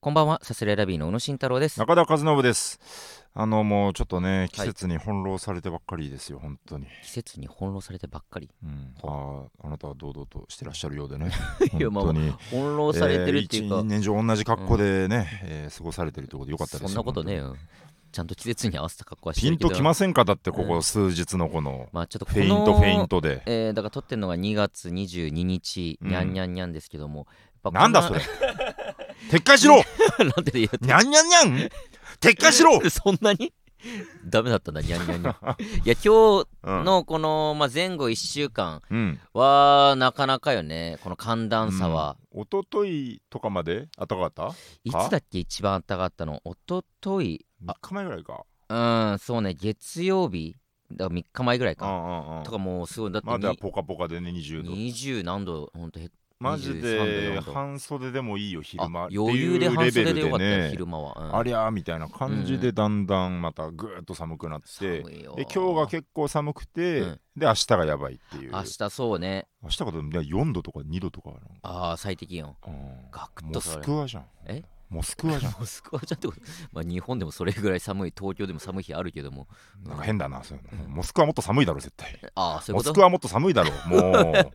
こんばんは、サスレラビーの宇野慎太郎です。中田和信です。あのもうちょっとね季節に翻弄されてばっかりですよ、本当に、季節に翻弄されてばっかり。うん、あほーあなたは堂々としてらっしゃるようでね いやまあ本当に翻弄されてるっていうえーか一、年中同じ格好でね、えー過ごされてるってことでよかったですそよんなことねえ本よ。ちゃんと季節に合わせた格好は当してにるピけどンときませんかだってこうこ数日のこのまあちょっとこのフェイントフェイントで、えーだから撮ってるのが2月22日、うんにゃんにゃんにゃんですけども、やっぱこなんだそれ撤回しろ なんで言うにゃんにゃんにゃん撤回しろ、 そんなにダメだったんだ、にゃんにゃんにゃん。いや、今日うんのこの、まあ、前後1週間うん、はなかなかよね、この寒暖差は。うん一昨日とかまで暖かかったいつだっけ、一番暖かかったの一昨日3日前ぐらいかうん、そうね、月曜日、だ3日前ぐらいうんか。うんうんとかもうすごい、だってまだにポカポカでね20度20何度、ほんとへマジ23で度半袖でもいいよ昼あ間って余裕でいう半レベ袖ルででよかったよ、ね昼間は。うんありゃーみたいな感じうんうでだんだんまたぐーっと寒くなってで寒いよ今日が結構寒くてうんで明日がやばいっていう明日そうね、明日がでもいや4度とか2度とかあああ、最適温。るガクうんッモと下スがる。クワじゃんえモスクワじ ゃんモスクワじゃんってこと、まあ、日本でもそれぐらい寒い、東京でも寒い日あるけども。うんなんか変だなそういうのモスクワもっと寒いだろ絶対ああ、そういモうこスとクワもっと寒 いだろもう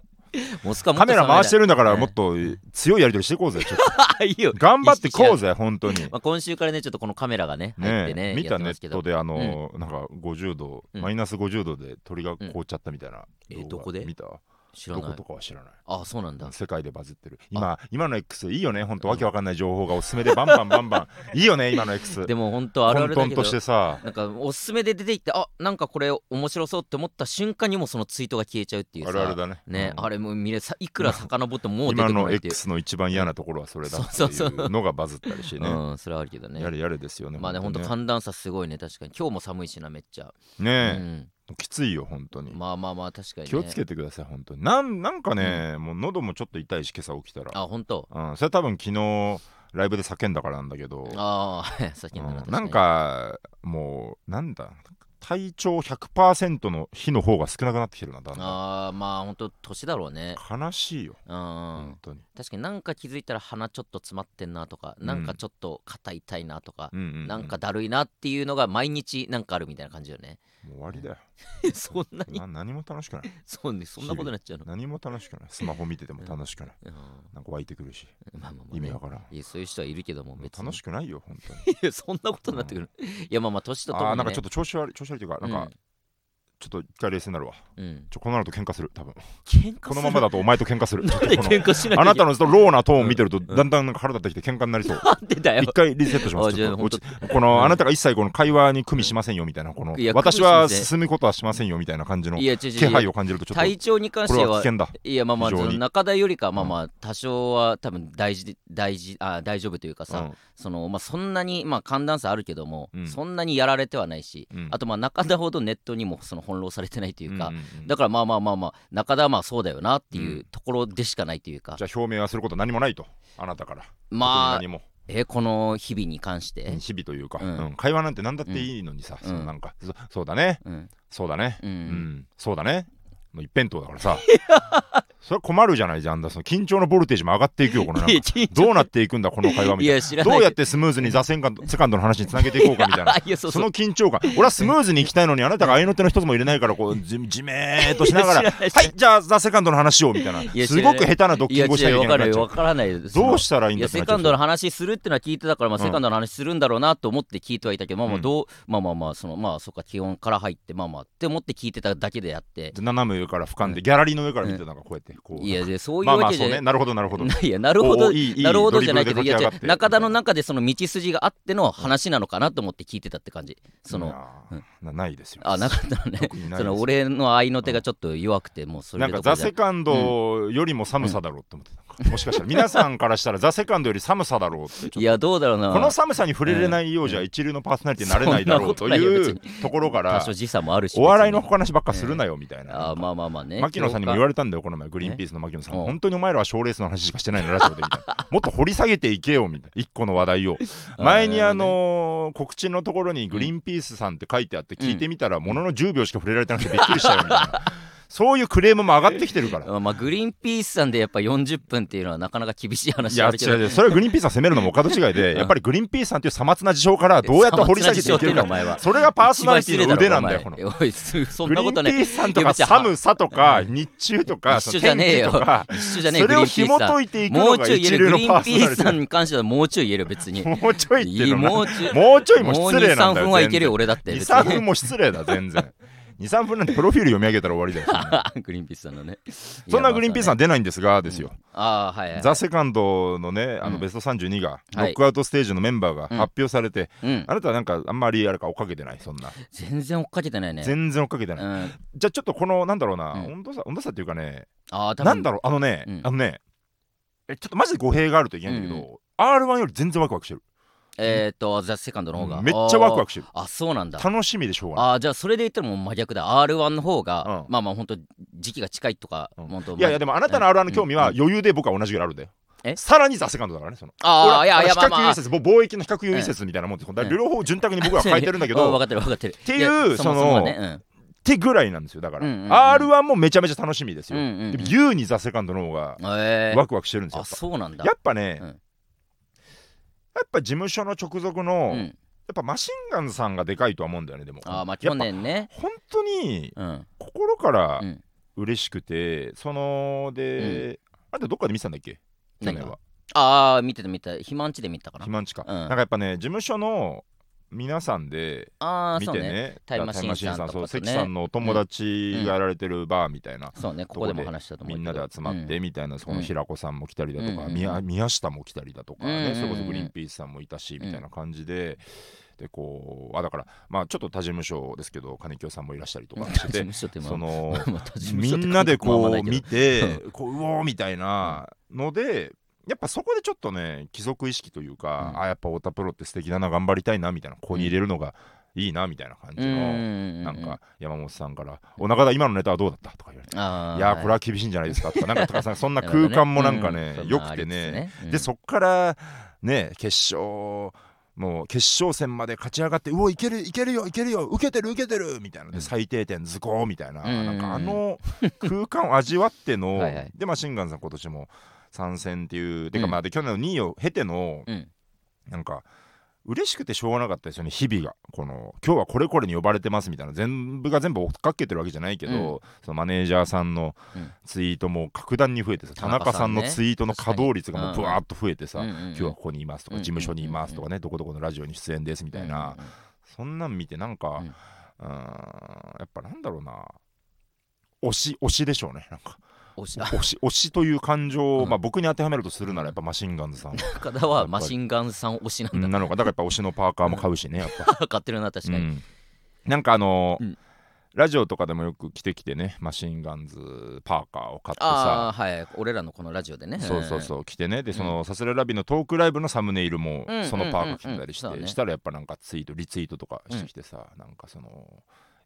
モスクワもっカと寒メいラ回してる。るんだからもっと強いやり取りしていこうぜちょっと あ いいよ。頑張ってこうぜ本当にまあ、今週からね、ちょっとこのカメラがね、入っねてね、見やたってネますけッどト。であの、なんか50度、うんマイナス50度で鳥が凍っちゃったみたいな、え動画どこで見た知らどこないと。かは知らないああ、そうなんだ。世界でバズってる今今の X いいよね本当わけわかんない情報がおすすめでバンバンバンバ ンいいよね今の X でも本当ある混あるだ沌けどとしてさなんかおすすめで出てきてあなんかこれ面白そうって思った瞬間にもうそのツイートが消えちゃうっていうさあるあるだねね、うんあれもう見れさいくら遡ってももう出今てこのないっていう X の一番嫌なところはそれだってそうそうそいうのがバズったりしてねうんそれはあるけどねやれやれですよねまあね本当ね寒暖差すごいね確かに今日も寒いしなめっちゃ、ねえきついよ本当うにん、まあまあまあ確かに、ね、気をつけてください本当になんなんかね、もう喉もちょっと痛いし今朝起きたらあ本当うん、それ多分昨日ライブで叫んだからなんだけど、ああ さっきうの話んなんかもうなんだ体調100%の日の方が少なくなってきてるなだんだああまあ本当年だろうねん悲しいよ、うん、本当に、確かになんか気づいたら鼻ちょっと詰まってんなとかなんかちょっと肩痛いなとかう、んううなんかもだるいなっていうのが毎日なんかあるみたいな感じよねう終わりだよ そんなにな何も楽しくないそうね、そんなことになっちゃうの。何も楽しくないスマホ見てても楽しくないうんなんか湧いてくるしまあまあまあ意ね、味わからんいやそういう人はいるけども、もう別に。楽しくないよ本当にいや そんなことになってくる。いや、まあまあ、年とともに、あーね。なんかちょっと調子悪い調子悪いというかなんか、ちょっと一回冷静になるわうん、うん。ちょこうなると喧嘩す る多分喧嘩このままだとお前と喧嘩するちょっとでこの喧嘩 しなきゃあなたののローなトーンを見てると、だんだんなんか腹立ってきて喧嘩になりそう。なんでだよ一。回リセットしまあす。じちゃょあっと落ちこの、うんあなたが一切この会話に組みしませんよみたいな、このいや私は組みしません進むことはしませんよみたいな感じのい気や、違う違う違う配を感じると、ちょっ体調に関とこしてれはは危、険だ。いや、まあまあ、非常にその中田よりか、まあまあ、多少は多分大事で、大事、あ大丈夫というかさ、その、まあ、そんなに、まあ、寒暖差あるけども、うんそんなにやられてはないし、うんあと、まあ、中田ほどネットにも、その、翻弄されてないというか、んんんだからまあまあまあまあ中田はまあそうだよなっていううんところでしかないというか、じゃあ表明はすること何もないと、あなたから。まあ特に何もえこの日々に関して、日々というか、うんうん会話なんて何だっていいのにさ、うんそのなんかそそうだね、うんそうだね、うんうん、そうだね。もう一辺倒だか らさ。それは困るじゃないじゃんだ。その緊張のボルテージも上がっていくよ、このなんいかや緊張どうなっていくんだこの会話みいたいや知らなないどうやってスムーズにザ・センカンドセカンドの話につなげていこうかみたいなあい やそうそそうの緊張感俺はスムーズに行きたいのにあなたが合いの手の一つも入れないからこ うじじめーっとしながらいや知らないはいじゃあザ・セカンドの話をみたいいやな知すらなごいく下手なドッいキや違ングをしなきうゃい分けなかくなるっちよゃ分うからないですどうしたらいいいんだやってセなっカンドちのゃう話するってのは聞いてたから、まあ、うんセカンドの話するんだろうなと思って聞いてはいたけど、まあまあうんどうまあまあまあそのまあそっか気温から入ってまあまあって思って聞いてただけであってで斜め上から俯瞰でギャラリーの上から見てたのがこうやってこういやでそういまあうまわあけじそうゃなねいなるほどなるほどいやなるほおどおいいいいなるほどじゃないけどドいリブや違ルで駆け上がっうて中田の中でその道筋があっての話なのかなと思って聞いてたって感じそいのやーなないですよあなかったのね特にないそですの俺の愛の手がちょっと弱くて、もうそれなんでかどころザ・じゃセカンドよりも寒さだろうって思ってた、なんかもしかしたら皆さんからしたらザ・セカンドより寒さだろうってちょっといやどうだろうなこの寒さに触れれないようじゃ一流のパーソナリティになれないだろうそんとなことないよい別うにところか多ら少時差もあるしお笑いの別に小話ばっかするなよみたいなあ。まあまあまあね牧野さんにも言われたんだよ、この前、グリーンピースの牧野さん、本当にお前らは賞ーレースの話しかしてないの、ラジオでみたいな。もっと掘り下げていけよ、みたいな、一個の話題を。前に、あのー告知のところにグリーンピースさんって書いてあって、聞いてみたら、ものの10秒しか触れられてなくてびっくりしたよ、みたいな。 そういうクレームも上がってきてるから。まあまあ、グリーンピースさんでやっぱ40分っていうのはなかなか厳しいい話やあ違るけうど違うそれはグリーンピースさん責めるのもお門 違いで、うんやっぱりグリーンピースさんというさまつな事象からどうやって掘り下げていけさまつな事象るっていうのはお前はかそれがパーソナリティの腕なんだよこの一番失礼だろお前おいすそんグリなこーとンねピースさんとか寒さとか日中とか一緒じゃねえよ天気とか一緒じゃねえそれを紐グ解リーンピースいていさんもうちょい言くのがえ一る流グのリパーーンピソナーリステさんに関してはもうちょい言えるよ別にィもうちょいっていうのももうちょいもうちょいももう失礼なん23だ分よはいけるよ23俺だって別分も失礼だ全然23分なんてプロフィール読み上げたら終わりだ よに グリーンピースさんのね そんなグリーンピースさんん出ないんですがですよ、ああはいはいザ・セカンドのねあうのんベスト32が、いノックアウトステージのメンバーがうん発表されて、うんあなたはなんかあんまりあれか追っかけてないそんな、全然追っかけてないね全然追っかけてうない、んじゃあちょっとこのなんだろうな、うん温度差温度差っていうかねああ多分なんだろうあのね、うんあのねえちょっとマジで語弊があるといけないんだけうんど、R1 より全然ワクワクしてるえっとザ・セカンドの方がめっちゃワクワククしてるあそうなんだ楽しみでしょうがないあーじゃあそれで言ったらもう真逆だ R1 の方が、うんまあまあ本当時期が近いとか、うん本当いやいやでもあなたの R1 の興味はう余裕で僕は同じぐらいあるんだよえさらにザ・セカンドだからねそのほあらあいやいや比まあ較ま優あ説ぼ貿易の比較優説みたいなもんで、だから両方潤沢に僕は変えてるんだけ うん分どっかってる分かってるっていうそのねてぐらいなんですよだから、うんうんうん R1 もめちゃめちゃ楽しみですうんよ、うでんうんも優にザ・セカンドの方がえーワクワクしてるんですよあそうなんだやっぱね、うんやっぱ事務所の直属の、うやっん、ぱマシンガンさんがでかいとは思うんだよねでもあーまあや去っぱ年ね本当にうん心からうん嬉しくて、そので、あんたどっかで見てたんだっけ去何年がはああ見てた見てた肥満地で見たかな肥満地か、うんなんかやっぱね事務所の皆さんでああ見そてうねねタイムマシーンさんタイムマそうとかとね関さんのお友達がやられてるバーみたいな、そうねここでも話したと思みうけんどなで集まってみたいな、その平子さんも来たりだとか、うん宮宮下も来たりだとかうんうんうね、んそれこそグリーンピースさんもいたし、みたいな感じで。でこうあだからまあちょっと他事務所ですけど金京さんもいらしたりとうんか他し事 てて務所ってまあそのまあ他 事務み所ってんなでまあまあこなういけど見てこううおーみたいなのでやっぱそこでちょっとね貴族意識というか、うんあやっぱ太田プロって素敵だな頑張りたいなみたいなここに入れるのがいいなみたいな感うじんうのうなんか山本さんから「お中田今のネタはどうだった?」とか言われてあ「ーいやーこれは厳しいんじゃないですか」とかなんか とかさそんな空間もなんかねう良くてね。こでそっからね決勝もう決勝戦まで勝ち上がって「うおいけるいけるよいけるよ受けてる受けてる」みたいなうでん最低点ズコーみたいな,、うんうんうんなんかあの空間を味わっての はいはいでマシンガンさん今年も参戦っていうてうかんまあで去年の2位を経ての、うんなんか嬉しくてしょうがなかったですよね日々がこの今日はこれこれに呼ばれてますみたいな全部が全部追っかけてるわけじゃないけど、そのマネージャーさんのうんツイートも格段に増えてさ、田中さんの田中さんねツイートの稼働率がもうぶわーっと増えてさ、今今日はここにいますとか、うん事務所にいますとかね、どこどこのラジオに出演ですみたいな、そんなん見てなんか、ううんん、やっぱなんだろうな推し推しでしょうねなんか推しあ推し推しという感情を、うんまあ、僕に当てはめるとするならやっぱマシンガンズさん中田はマシンガンさん推しなんだなのかだからやっぱ推しのパーカーも買うしねやっぱ、買ってるな 確うかにん、なんかあのーうんラジオとかでもよく着てきてねマシンガンズパーカーを買ってああさはい俺らのこのラジオでねそうそううそう着てねでその、サスレラビのトークライブのサムネイルもうんそのパーカー着てたりして、うんうんうんそうだねしたらやっぱなんかツイートリツイートとかしてきてさ、なんかその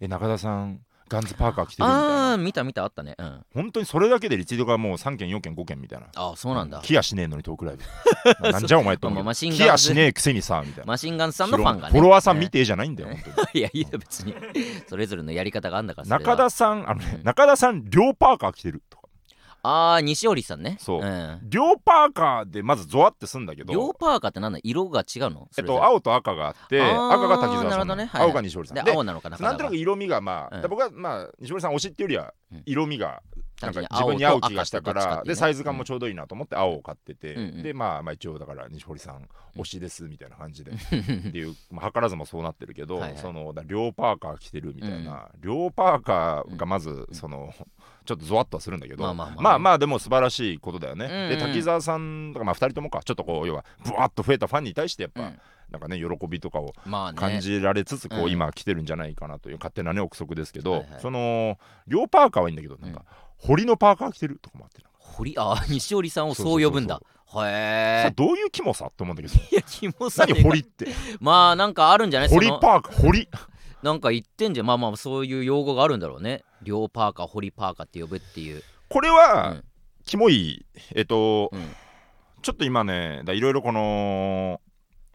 え中田さんガンズパーカー着てるみたいああな見た見たあったねうんあ本当にそれだけでリツイートがもう3件4件5件みたいなあそうなんだ来やしねえのにトークライ ブななんじゃお前と思まあマうシけンどガン来ズやしねえくせにさみたいなマシンガンさんのファンがねフォロワーさん見てえじゃないんだよ本当に いやいいよ別にそれぞれのやり方があんだからそれは中田さんあのね、うん中田さん両パーカー着てるとかああ西織さんねそううん両パーカーでまずゾワってすんだけ両どパーカーってなんだ色が違うのそえっれぞれと青と赤があってあー赤が滝沢なるさほん、どねはいはい青が西織さんでで青なのかななんとなく色味がまあ、うんで僕はまあ西織さん推しっていうよりはうん色味がなん単か純に自分に合う気がしたか青と赤らとどっちかっていうねでサイズ感もちょうどいいなと思って青を買ってて、うんうんでまあまあ一応だから西堀さん推しですみたいな感じ で、っていう、まあ、図らずもそうなってるけど、はいはいそのだ両パーカー着てるみたいな、両パーカーがまずその、ちょっとゾワッとはするんだけど、まあまあまあまあまあでも素晴らしいことだよね、うんうんで滝沢さんとかまあ2人ともかちょっとこう要はブワッと増えたファンに対してやっぱ、うんなんかね喜びとかをまあね感じられつつこううん今来てるんじゃないかなという勝手なね憶測ですけど、はいはいその両パーカーはいいんだけどなんか、堀のパーカー着てるとかもあってなんか堀あー西織さんをそう呼ぶんだへさえどういう気もさと思うんだ けどいやキモさね何堀ってまあなんかあるんじゃ ないそ堀のパーカー堀なんか言ってんじゃんまあまあそういう用語があるんだろうね両パーカー堀パーカーって呼ぶっていうこれは、うんキモいえっと、うんちょっと今ねだいろいろこの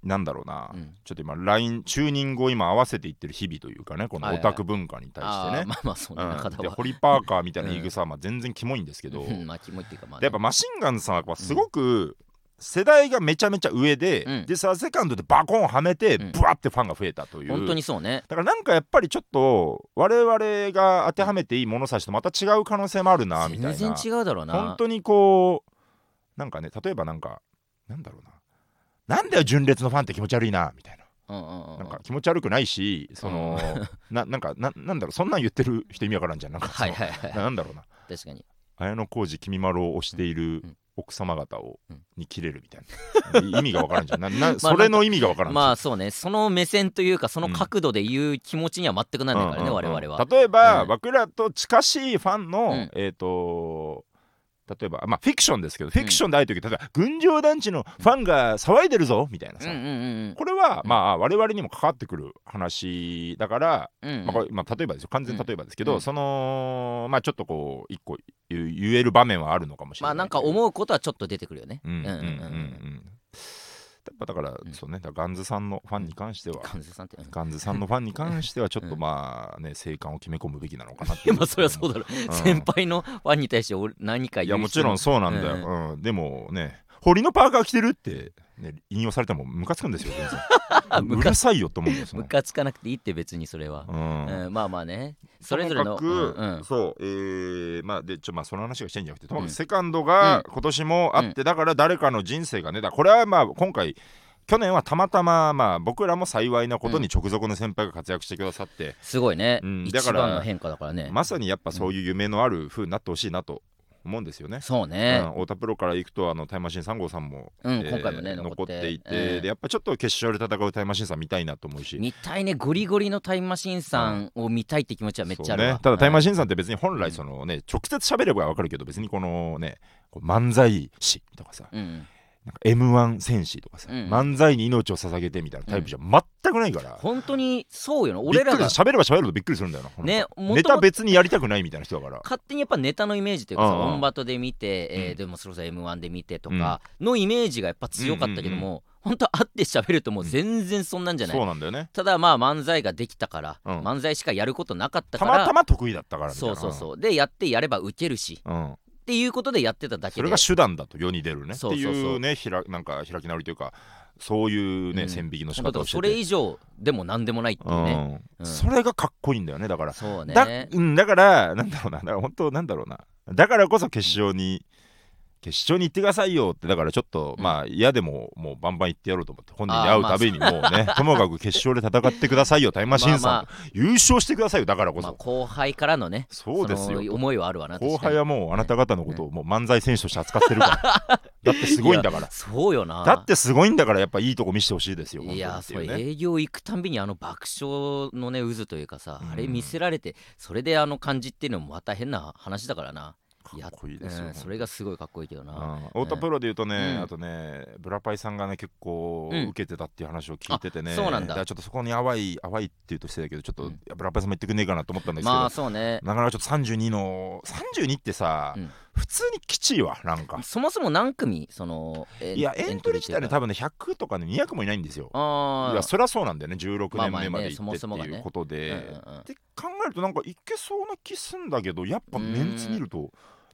なんだろうな、うんちょっと今ラインチューニングを今合わせていってる日々というかねこのはいオはいタク文化に対してあーね、まあまあそんなうん方では、ホリーパーカーみたいな言い草はまあ全然キモいんですけど、うん、まあキモいっていうかまあでやね、っぱマシンガンズさんはすごく世代がめちゃめちゃ上で、うんでさセカンドでバコンはめてうんブワってファンが増えたという、本当にそうねだからなんかやっぱりちょっと我々が当てはめていい物差しとまた違う可能性もあるなみたいな全然違うだろうな本当にこうなんかね例えばなんかなんだろうななんだよ純烈のファンって気持ち悪いなみたいなうんうんうんなんか気持ち悪くないしその、ななんかななんだろうそんなん言ってる人意味わからんじゃんなんかそはのいはいはいななんだろうな確かに綾小路きみまろを推しているうん奥様方を、うんに切れるみたいな意味がわからんじゃ んななあそれの意味がわからんまあそうねその目線というかその角度で言う気持ちには全くなんないからね、うんうんうん我々は例えば、うん僕らと近しいファンの、うんえっ、と例えばまあフィクションですけどフィクションでああいう時、例えば群青団地のファンが騒いでるぞみたいなうんさ、うんこれは、うんまあ我々にも関わってくる話だから、うんうんまあこれまあ、例えばですよ完全例えばですけど、うんそのまあちょっとこう一個言言える場面はあるのかもしれまなあいなんかけど思うことはちょっと出てくるよね。うんうんうんうんやっぱだから、うんそうねだからガンズさんのファンに関しては、関西さんって。うんガンズさんのファンに関してはちょっとうんまあね生還を決め込むべきなのかなっいてい やまあそれはそうだろう、ん先輩のファンに対して俺何か言ういいやもちろんそうなんだよ、ううんでもね堀のパーカー着てるって、ね、引用されてもムカつくんですよ全然 うムカるさいよと思うんですよムカつかなくていいって別にそれはう、んうんまあまあねそれぞれのともかくうんうんそうえーまあでちょまあその話がしてんじゃなくてともかうくんセカンドが今年もあって、だから誰かの人生がねだこれはまあ今回去年はたまたま、まあ、僕らも幸いなことに直属の先輩が活躍してくださって、すごいね、うんだ一から番の変化だからね、まさにやっぱそういう夢のある風になってほしいなと思うんですよね。そううんね、太田プロから行くとあのタイムマシーン3号さんも、うんえー今回もね残残っってていて、えーでやっぱちょっと決勝で戦うタイムマシーンさん見たいなと思うし見たいねゴリゴリのタイムマシーンさんを見たいって気持ちはめっちゃあるわ、そうね、ただタイムマシシーンさんって別に本来そのね、直接喋ればわかるけど別にこのねこう漫才師とかさーン、うん、なんか m 1戦士とかさ、うん漫才に命を捧げてみたいなタイプじゃ全くないから、本当にそうよなびっ俺くりらが喋れば喋るとびっくりするんだよな、ねこもの人ともネとタ別にやりたくないみたいな人だから勝手にやっぱネタのイメージというかさ、うんうんオンバトで見て、えーうんでもそれこそ m 1で見てとかのイメージがやっぱ強かったけども、本当会って喋るともう全然そんなんじゃない、そうなんだよねただまあ漫才ができたから、うん漫才しかやることなかったたからまたま得意だったからみたいそなうそうそうでやってやればウケるしう、うん、っていうことでやってただけそでれが手段だと世に出るねそうそうそうっていうねひらなんか開き直りというかそういうね、うん線引きの仕本方当をだしてそてれ以上でも何でもないっていうね、う、うんんそれがかっこいいんだよねだからそうねだ,、うん、だからなんだろうなだから本当なんだろうなだからこそ決勝に、決勝に行ってくださいよってだからちょっと、うんまあ嫌でももうバンバン行ってやろうと思って本人にあー会うたびにもう ね、ともかく決勝で戦ってくださいよタイムマシーンさん、まあま優勝してくださいよだからこそ、まあ、後輩からのねそうですよの思いはあるわな後輩ははもうあなた方のことをもう漫才選手として扱ってるから だってすごいんだからそうよなだってすごいんだからやっぱいいとこ見せてほしいですよいや本当そにってれいうね営業行くたんびにあの爆笑のね渦というかさ、うんあれ見せられてそれであの感じっていうのもまた変な話だからなかっこいいですようんそれがすごいかっこいいけどな、うん、太田プロで言うとね、うんあとねブラパイさんがね結構うん受けてたっていう話を聞いててね、あそうなんだからちょっとそこに淡い淡いって言うとしてたけどちょっと、うんいやブラパイさんも言ってくんねえかなと思ったんですけど、まあそうねなかなかちょっと32の32ってさ、うん普通にきちいわなんかそもそも何組そのえいやエントリー自体ね分多分ね100とかね200もいないんですよあいあやそりゃそうなんだよね16まあ年まあ目ねまで行ってってそもそもがいねうことで、うんうんうんって考えるとなんかいけそうな気すんだけどやっぱメンツ見ると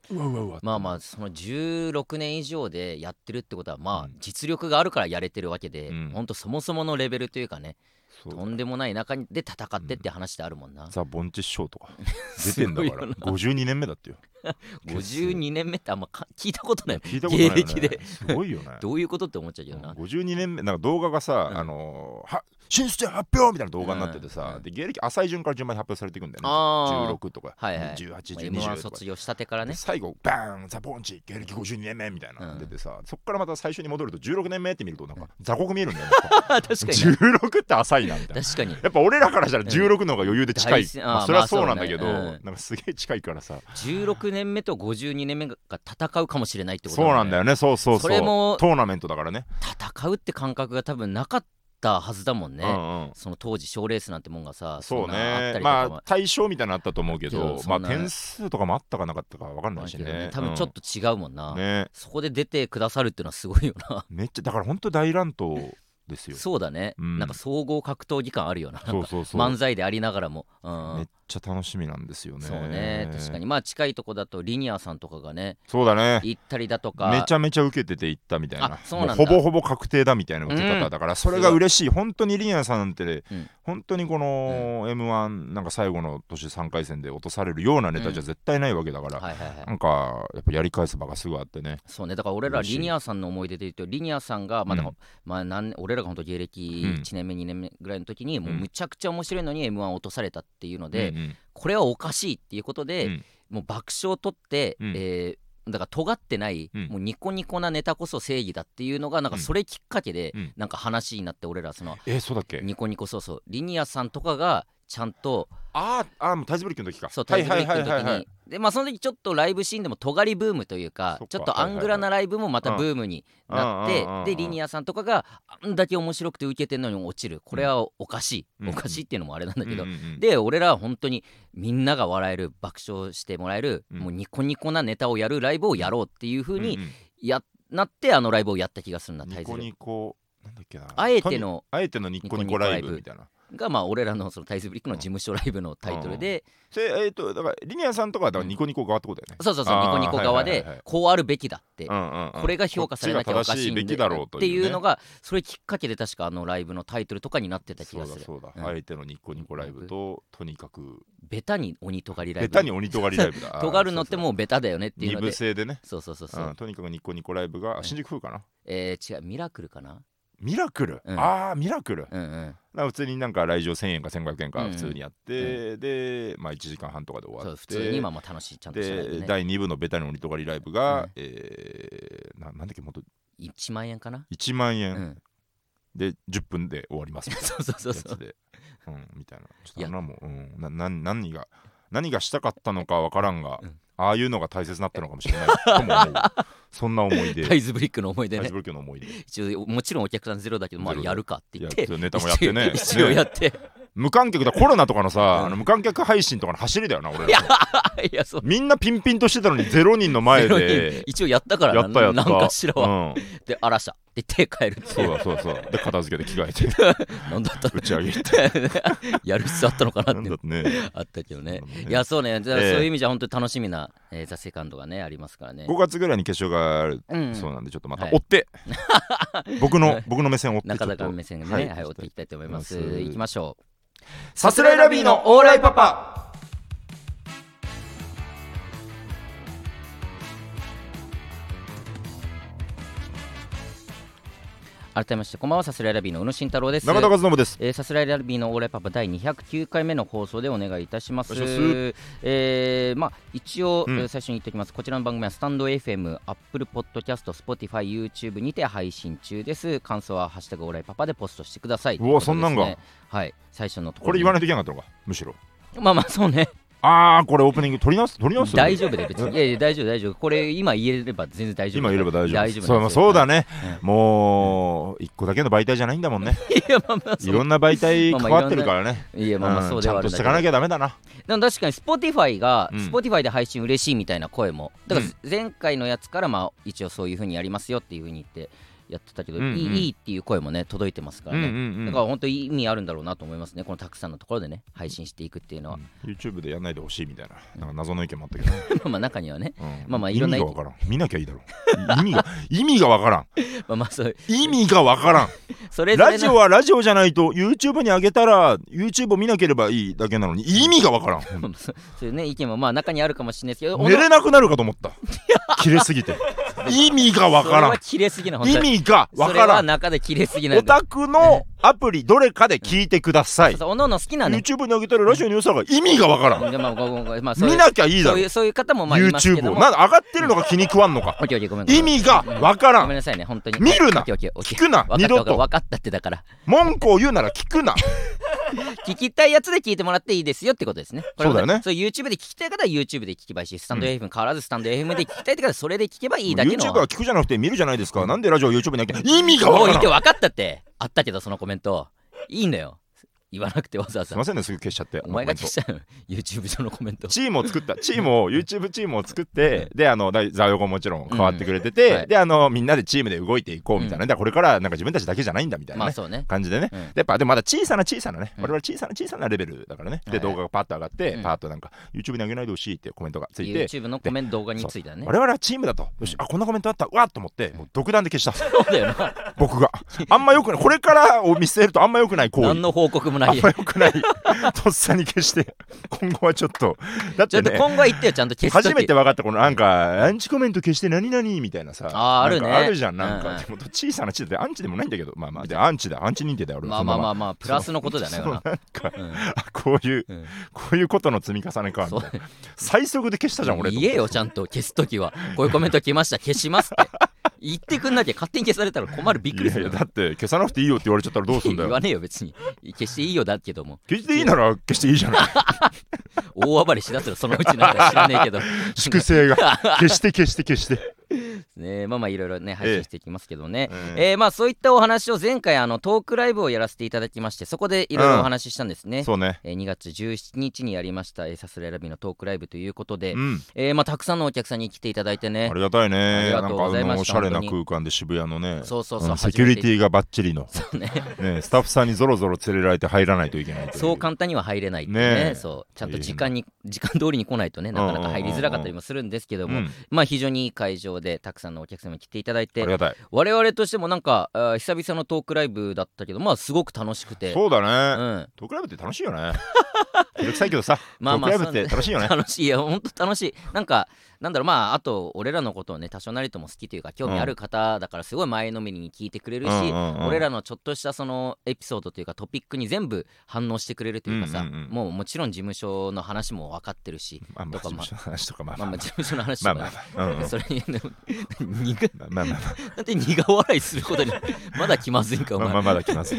うわうわうわまあまあその16年以上でやってるってことはまあうん実力があるからやれてるわけで、うんほんとそもそものレベルというかねそうとんでもない中で戦ってって話ってあるもんな、ザ・ボンチッショーとか出てんだすごいかよら な52年目だっ てよ52年目ってあんまか聞いたことない聞いたことないよ、ね、芸歴ですごいよねどういうことって思っちゃうけどな、 52年目なんか動画がさ、うんあのーは進出者発表みたいな動画になっててさ、うんで芸歴浅い順から順番に発表されていくんだよねあー16とか、はいはい1820 M1 とか卒業したてから でね最後バーンザ・ボンチ芸歴52年目みたいな、うん出てさそっからまた最初に戻ると16年目って見るとなんか雑魚見えるんだよ、ね、あ確かにね16って浅いなみたい な確かにやっぱ俺らからしたら16の方が余裕で近い、大事あーまあ、それはそうなんだけど、まあそうねうんなんかすげえ近いからさ16年目と52年目が戦うかもしれないってことそうなんだよねねそうそうそうそれもトーナメントだからね戦うって感覚が多分なかったはずだもんね、うんうんその当時賞レースなんてもんがさそうんなあったねりとかまもあ対象みたいなのあったと思うけけどどそんまなあ点数とかもあったかなかったか分かんないしけどねね多分ちょっと違うもんな、うんねそこで出てくださるっていうのはすごいよなめっちゃだから本当大乱闘です よ。そうだね、うんなんか総合格闘技感あるよなそうそうそう。漫才でありながらも、うめっん、ちゃ楽しみなんですよね。そうね確かに。まあ近いとこだとリニアさんとかがねそうだね。行ったりだとかめちゃめちゃ受けてて行ったみたいなあそうなんだもうほぼほぼ確定だみたいな受け方だから、それがすごい嬉しい本当にリニアさんなんて、うん本当にこの m 1なんか最後の年3回戦で落とされるようなネタじゃうん絶対ないわけだから、はいはいはいなんかやっぱやり返す場がすぐあってねそうねだから俺らリニアさんの思い出で言うとリニアさんが、まあだからまあ、何年俺らが本当芸歴うん1年目2年目ぐらいの時に、もううんむちゃくちゃ面白いのに m 1落とされたっていうので、うんうんこれはおかしいっていうことで、うんもう爆笑を取って、うんえーだから尖ってない、うんもうニコニコなネタこそ正義だっていうのがなんかうんそれきっかけで、うんなんか話になって俺らそのえそうだっけニコニコそうそうリニアさんとかがちゃんとあーあーもうタジブリ君の時かそう、はタいイブはレいイクはの時いに、はいはいで、まあ、その時ちょっとライブシーンでも尖りブームというかそっかちょっとアングラなライブもまたブームになっはて、いはいはいうんうんうんうんでリニアさんとかがあんだけ面白くて受けてんのに落ちるこれはおかしい、うんおかしいっていうのもあれなんだけど、うんうんうんで俺らは本当にみんなが笑える爆笑してもらえる、うんもうニコニコなネタをやるライブをやろうっていう風にうんや、なってあのライブをやった気がするなうんタイニゼコルニコなんだっけなあえてのあえてのニッコニコラニコイブニコライブみたいながまあ俺らのそのタイズブリックの事務所ライブのタイトルで、それえっ、とだからリニアさんとかはだからニコニコ側ってことだよね、そうそうそうニあーコニコ側はいはいはいではいこうあるべきだってうんうんうんこれが評価されなきゃおかしいんこっちが正しいべきだろうというっねていうのがそれきっかけで確かあのライブのタイトルとかになってた気がするそうだそうだ、うん相手のニッコニコライブととにかくベタに鬼とがりライベブタに鬼とがりライブだ 尖るのってもうベタだよねってい二うの部で制でねそうそうそうそう、うんとにかくニッコニコライブがあ新宿風かなえー違うミラクルかなミラクル、うんああミラクル、うんうんな普通になんか来場1000円か1500円うかん普通にやって、でまあ1時間半とかで終わってそう普通にまあまあ楽しいちゃんとしたライブで、ね第2部のベタに鬼とがりライブが、うんえーななんだっけもっと1万円かな1万う円、んで10分で終わりますみたいな そうそうそうやそうつで、うん、みたいな。ちょっとあのもう、うん、なな何が何がしたかったのかわからんが、うんああいうのが大切だったのかもしれないとも思う。 そんな思い出。タイズブリックの思い出大ねブルの思い出。一応もちろんお客さんゼロだけどまあゼロやるかってい言やってネタもやってね。 一応一応やねって無観客だ、コロナとかのさ、うんあの無観客配信とかの走りだよな、俺いやら。いやそうみんなピンピンとしてたのに、ゼロ人の前ゼロ人で。一応やったからなやったやった。なんかしらはうん、で荒らしたで手帰るってそいううだそうだそうだ。で、片付けて着替え て、なんだったの打ち上げ行って。やる必要あったのかななっんてだってね。あったけどねそうだねいやそうねだからえそえういう意味じゃ本当に楽しみな「えーザ・セカンドがねありますからね5月ぐらいに決勝があるうんそうなんでちょっとまたはい 追って、僕の僕の目線を追ってちょっ中と田からの目線でね、はい追っていきたいと思いますいきましょうさすらいラビーのオーライパパ改めましてこんばんはさすらいラビーの宇野慎太郎です中田和伸ですえーさすらいラビーのオーライパパ第209回目の放送でお願いいたします。お願いしまえーまあ、一応、うんえー最初に言っておきます。こちらの番組はスタンド FM、Apple Podcast、Spotify、YouTube にて配信中です。感想はハッシュタグオーライパパでポストしてください。うわということですねそんなんがはい、最初のとこころれに。言わないといけなかったのかむしろまあまあそうね。ああこれオープニング取り直す取り直す大丈夫で別に。いやいや大丈夫大丈夫。これ今言えれば全然大丈夫。今いれば大丈夫大丈夫そうまあそうだね。ね、もう一個だけの媒体じゃないんだもんねいやまあまあいそうろんな媒体関わってるからねいやまあまあそううんでちゃはあんるとんだけしてどかなきゃダメだなでも確かに Spotify が、うん Spotify で配信嬉しいみたいな声もだからうん前回のやつからまあ一応そういうふうにやりますよっていうふうに言ってやってたけど、うんうんいいいいっていう声もね届いてますからね、だから本当に意味あるんだろうなと思いますねこのたくさんのところでね配信していくっていうのは、うん YouTube でやんないでほしいみたいななんか謎の意見もあったけ どね、まあまあ中にはねうんまあまあいろんな意味がわからん見なきゃいいだろう意味が意味がわからんまあまあそう意味がわ からんそれぞラれジオのはラジオじゃないと YouTube に上げたら YouTube を見なければいいだけなのに意味がわからんそういうね意見もまあ中にあるかもしれないですけど寝れなくなるかと思った切れす ぎて意味がわそれかはら切れすぎなん本意当に味がわそれはからん中で切れすぎなオんだタクのアプリどれかで聞いてくださいおのおの好きなね YouTube に上げたらラジオに良さが意味がわからんでまあごごごまあそうい見うなきゃいいだそうろいうそういう方もまあいますけ YouTube どをもなんで上がってるのが気に食わんのかオッケーオッケーごめんごめん意味がわからごめんんなさいね、本当に。見るなオッケーオッケーオッケー聞くなわかった二度とわかったってだから。文句を言うなら聞くな聞きたいやつで聞いてもらっていいですよってことですね。これも そうだよねそう YouTube で聞きたい方は YouTube で聞けばいいし、スタンド FM 変わらずスタンド FM で聞きたいって方はそれで聞けばいいだけの。 YouTube は聞くじゃなくて見るじゃないですかなんでラジオを YouTube に上げ意味がもうわいいっかてらん分かったって。あったけど、そのコメント。いいのよ。言わなくてわざわすざいませんねすぐ消しちゃってお前が消コメンしたの YouTube 上のコメント トチームを作ったチームを YouTube チームを作っうんてであのだ座横もちろん変わってくれてて、うんはいであのみんなでチームで動いていこうみたいな、うだからこれからなんか自分たちだけじゃないんだみたいな、まねあそうね感じでね、うんでやっぱでもまだ小さな小さなね、うん我々小さな小さなレベルだからね、はいで動画がパッと上がって、うんパッとなんか YouTube に上げないでほしいってコメントがついて、 YouTube のコメント動画についてはね我々はチームだとよしあこんなコメントあったうわっと思ってもう独断で消したそうだよな僕が あんまよくないこれからを見据えるとあんまよくない行為何の報告もなあいんまよくないとっさに消して 今後はちょっとだっちょてっとね今後は言ってよちゃんと消しと初けめて分かったこのなんかアンチコメント消して何々みたいなさあーあるねなんかあるじゃんなんうんかうんでも小さな小さでアンチでもないんだけどまあまあでアンチだアンチ認定だよ俺まあはそまのあまままあま あプラスのことじゃないそようなんかなうんあこういううんこういうことの積み重ねかみたいな最速で消したじゃん俺と思って言えよちゃんと消すときはこういうコメント来ました消しますって言ってくんなきゃ勝手に消されたら困るびっくりするいよやいやだって消さなくていいよって言われちゃったらどうすんだ言よわねえよ別に消していいよだけども消していいなら消していいじゃない大暴れしだすらそのうちなんか知らねえけど粛清が 消して消して消して ねまあまあいろいろね配信していきますけどね、ええーまあそういったお話を前回あのトークライブをやらせていただきましてそこでいろいろお話ししたんですね、そうねえー2月17日にやりましたえーさすらいラビのトークライブということで、うんえーまあ、たくさんのお客さんに来ていただいてねありがたいありねがなんとうかごあざいまのおししたゃれな空間で渋谷のねそうそうそううんセキュリティがバッチリのそうねねスタッフさんにぞろぞろ連れられて入らないといけないといそう簡単には入れないってねねえそうちゃんと時間に時間通りに来ないとねなかなか入りづらかったりもするんですけども、うんまあ非常にいい会場でたくさんのお客様に来ていただいありてがたい我々としてもなんかあー久々のトークライブだったけどまあすごく楽しくてそうだうねん、トークライブって楽しいよね古臭いけどさトまあーまクあライブって楽しいよね楽しいいや本当楽しいなんかなんだろうまああと俺らのことをね多少なりとも好きというか興味ある方だからすごい前のめりに聞いてくれるし、うんうんうん俺らのちょっとしたそのエピソードというかトピックに全部反応してくれるというかさ、うんうんうんもうもちろん事務所の話も分かってるし、まあまあとかまあ事務所の話とかまあまあまあまあま事務所の話とあか、まあうんうんそれにでも 苦まあまあまあなんで苦笑いする ことにまだ気まずいんかおまあ前、まあまだ来ます。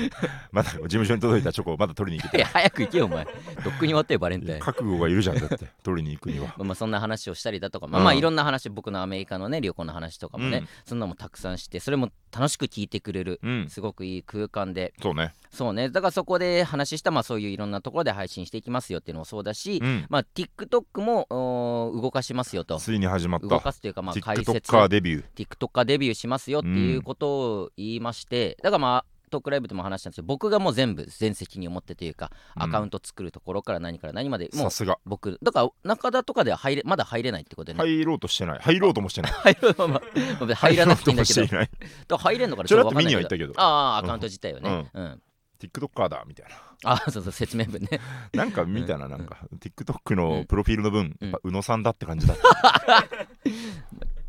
まだ事務所に届いたチョコをまだ取りに 行いけや早く行けよお前とっくに終わったよバレンタイて。ン覚悟がいるじゃんだって取りに行くには。まあまあそんな話をしたりだとか、まあうんまあいろんな話僕のアメリカのね旅行の話とかもね、うんそんなのもたくさんしてそれも楽しく聞いてくれるうん。すごくいい空間でそうね。そうねだからそこで話したまあそういういろんなところで配信していきますよっていうのもそうだし、うん。まあ TikTok もおー動かしますよとついに始まっ動た。かすというかまあ解説 TikToker デビュー。 TikToker デビューしますよっていうことを言いまして、だからまあトークライブでも話したんですけど僕がもう全部全責任を持ってというか、うんアカウント作るところから何から何までもうさすが。僕だから中田とかでは入れまだ入れないってことでね、入ろうとしてない。入ろうともしてない。 入るまままあ入らなくていいんだけど 入ろうともしていなだい。から入れんのかなちょっとわかんないちらっと見には行ったけどああアカウント自体はね、うん TikToker だみたいな。ああそうそう説明文ねなんか見たらなんか TikTok のプロフィールの分、うんやっぱ宇野さんだって感じだっ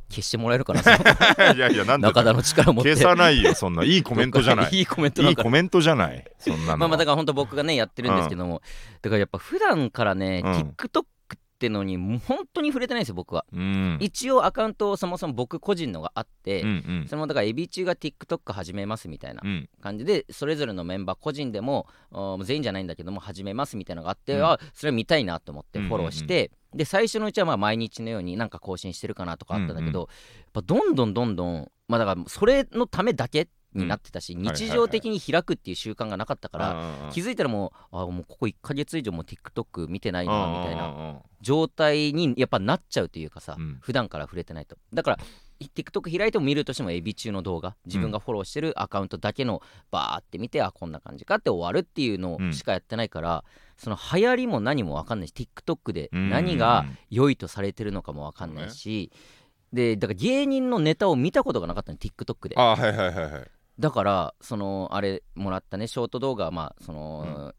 消してもらえるかなその た。いやいや、なんで中だ田よの力を持って消さないよ、そんな。いいコメント じゃない。いいコメントいないんかコメントじゃない。そんなの。まあまあだから本当僕がねやってるんですけども、だからやっぱ普段からね、うん TikTok ってのにもう本当に触れてないんですよ僕は、うん。一応アカウントをそもそも僕個人のがあって、うんうんそのだからエビ中が TikTok 始めますみたいなうん。感じでそれぞれのメンバー個人でもあー全員じゃないんだけども始めますみたいなのがあって、うんあそれ見たいなと思ってうんうんフうォんローして、で最初のうちはまあ毎日のようになんか更新してるかなとかあったんだけど、やっぱどんどんどんどんまあだからそれのためだけになってたし、はいはい日常的に開くっていう習慣がなかったから、ら気づいたらもうあもうここ1ヶ月以上もう TikTok 見てないなみたいなな。状態にやっぱなっちゃうというかさ、うん普段から触れてないとだから TikTok 開いても見るとしてもエビ中の動画自分がフォローしてるアカウントだけのバーって見て、あこんな感じかって終わるっていうのうんしかやってないから、その流行りも何も分かんないし TikTok でうん何が良いとされてるのかも分かんないし、でだから芸人のネタを見たことがなかったの TikTok であはいはいはいはい。だからそのあれもらったねショート動画はまあその、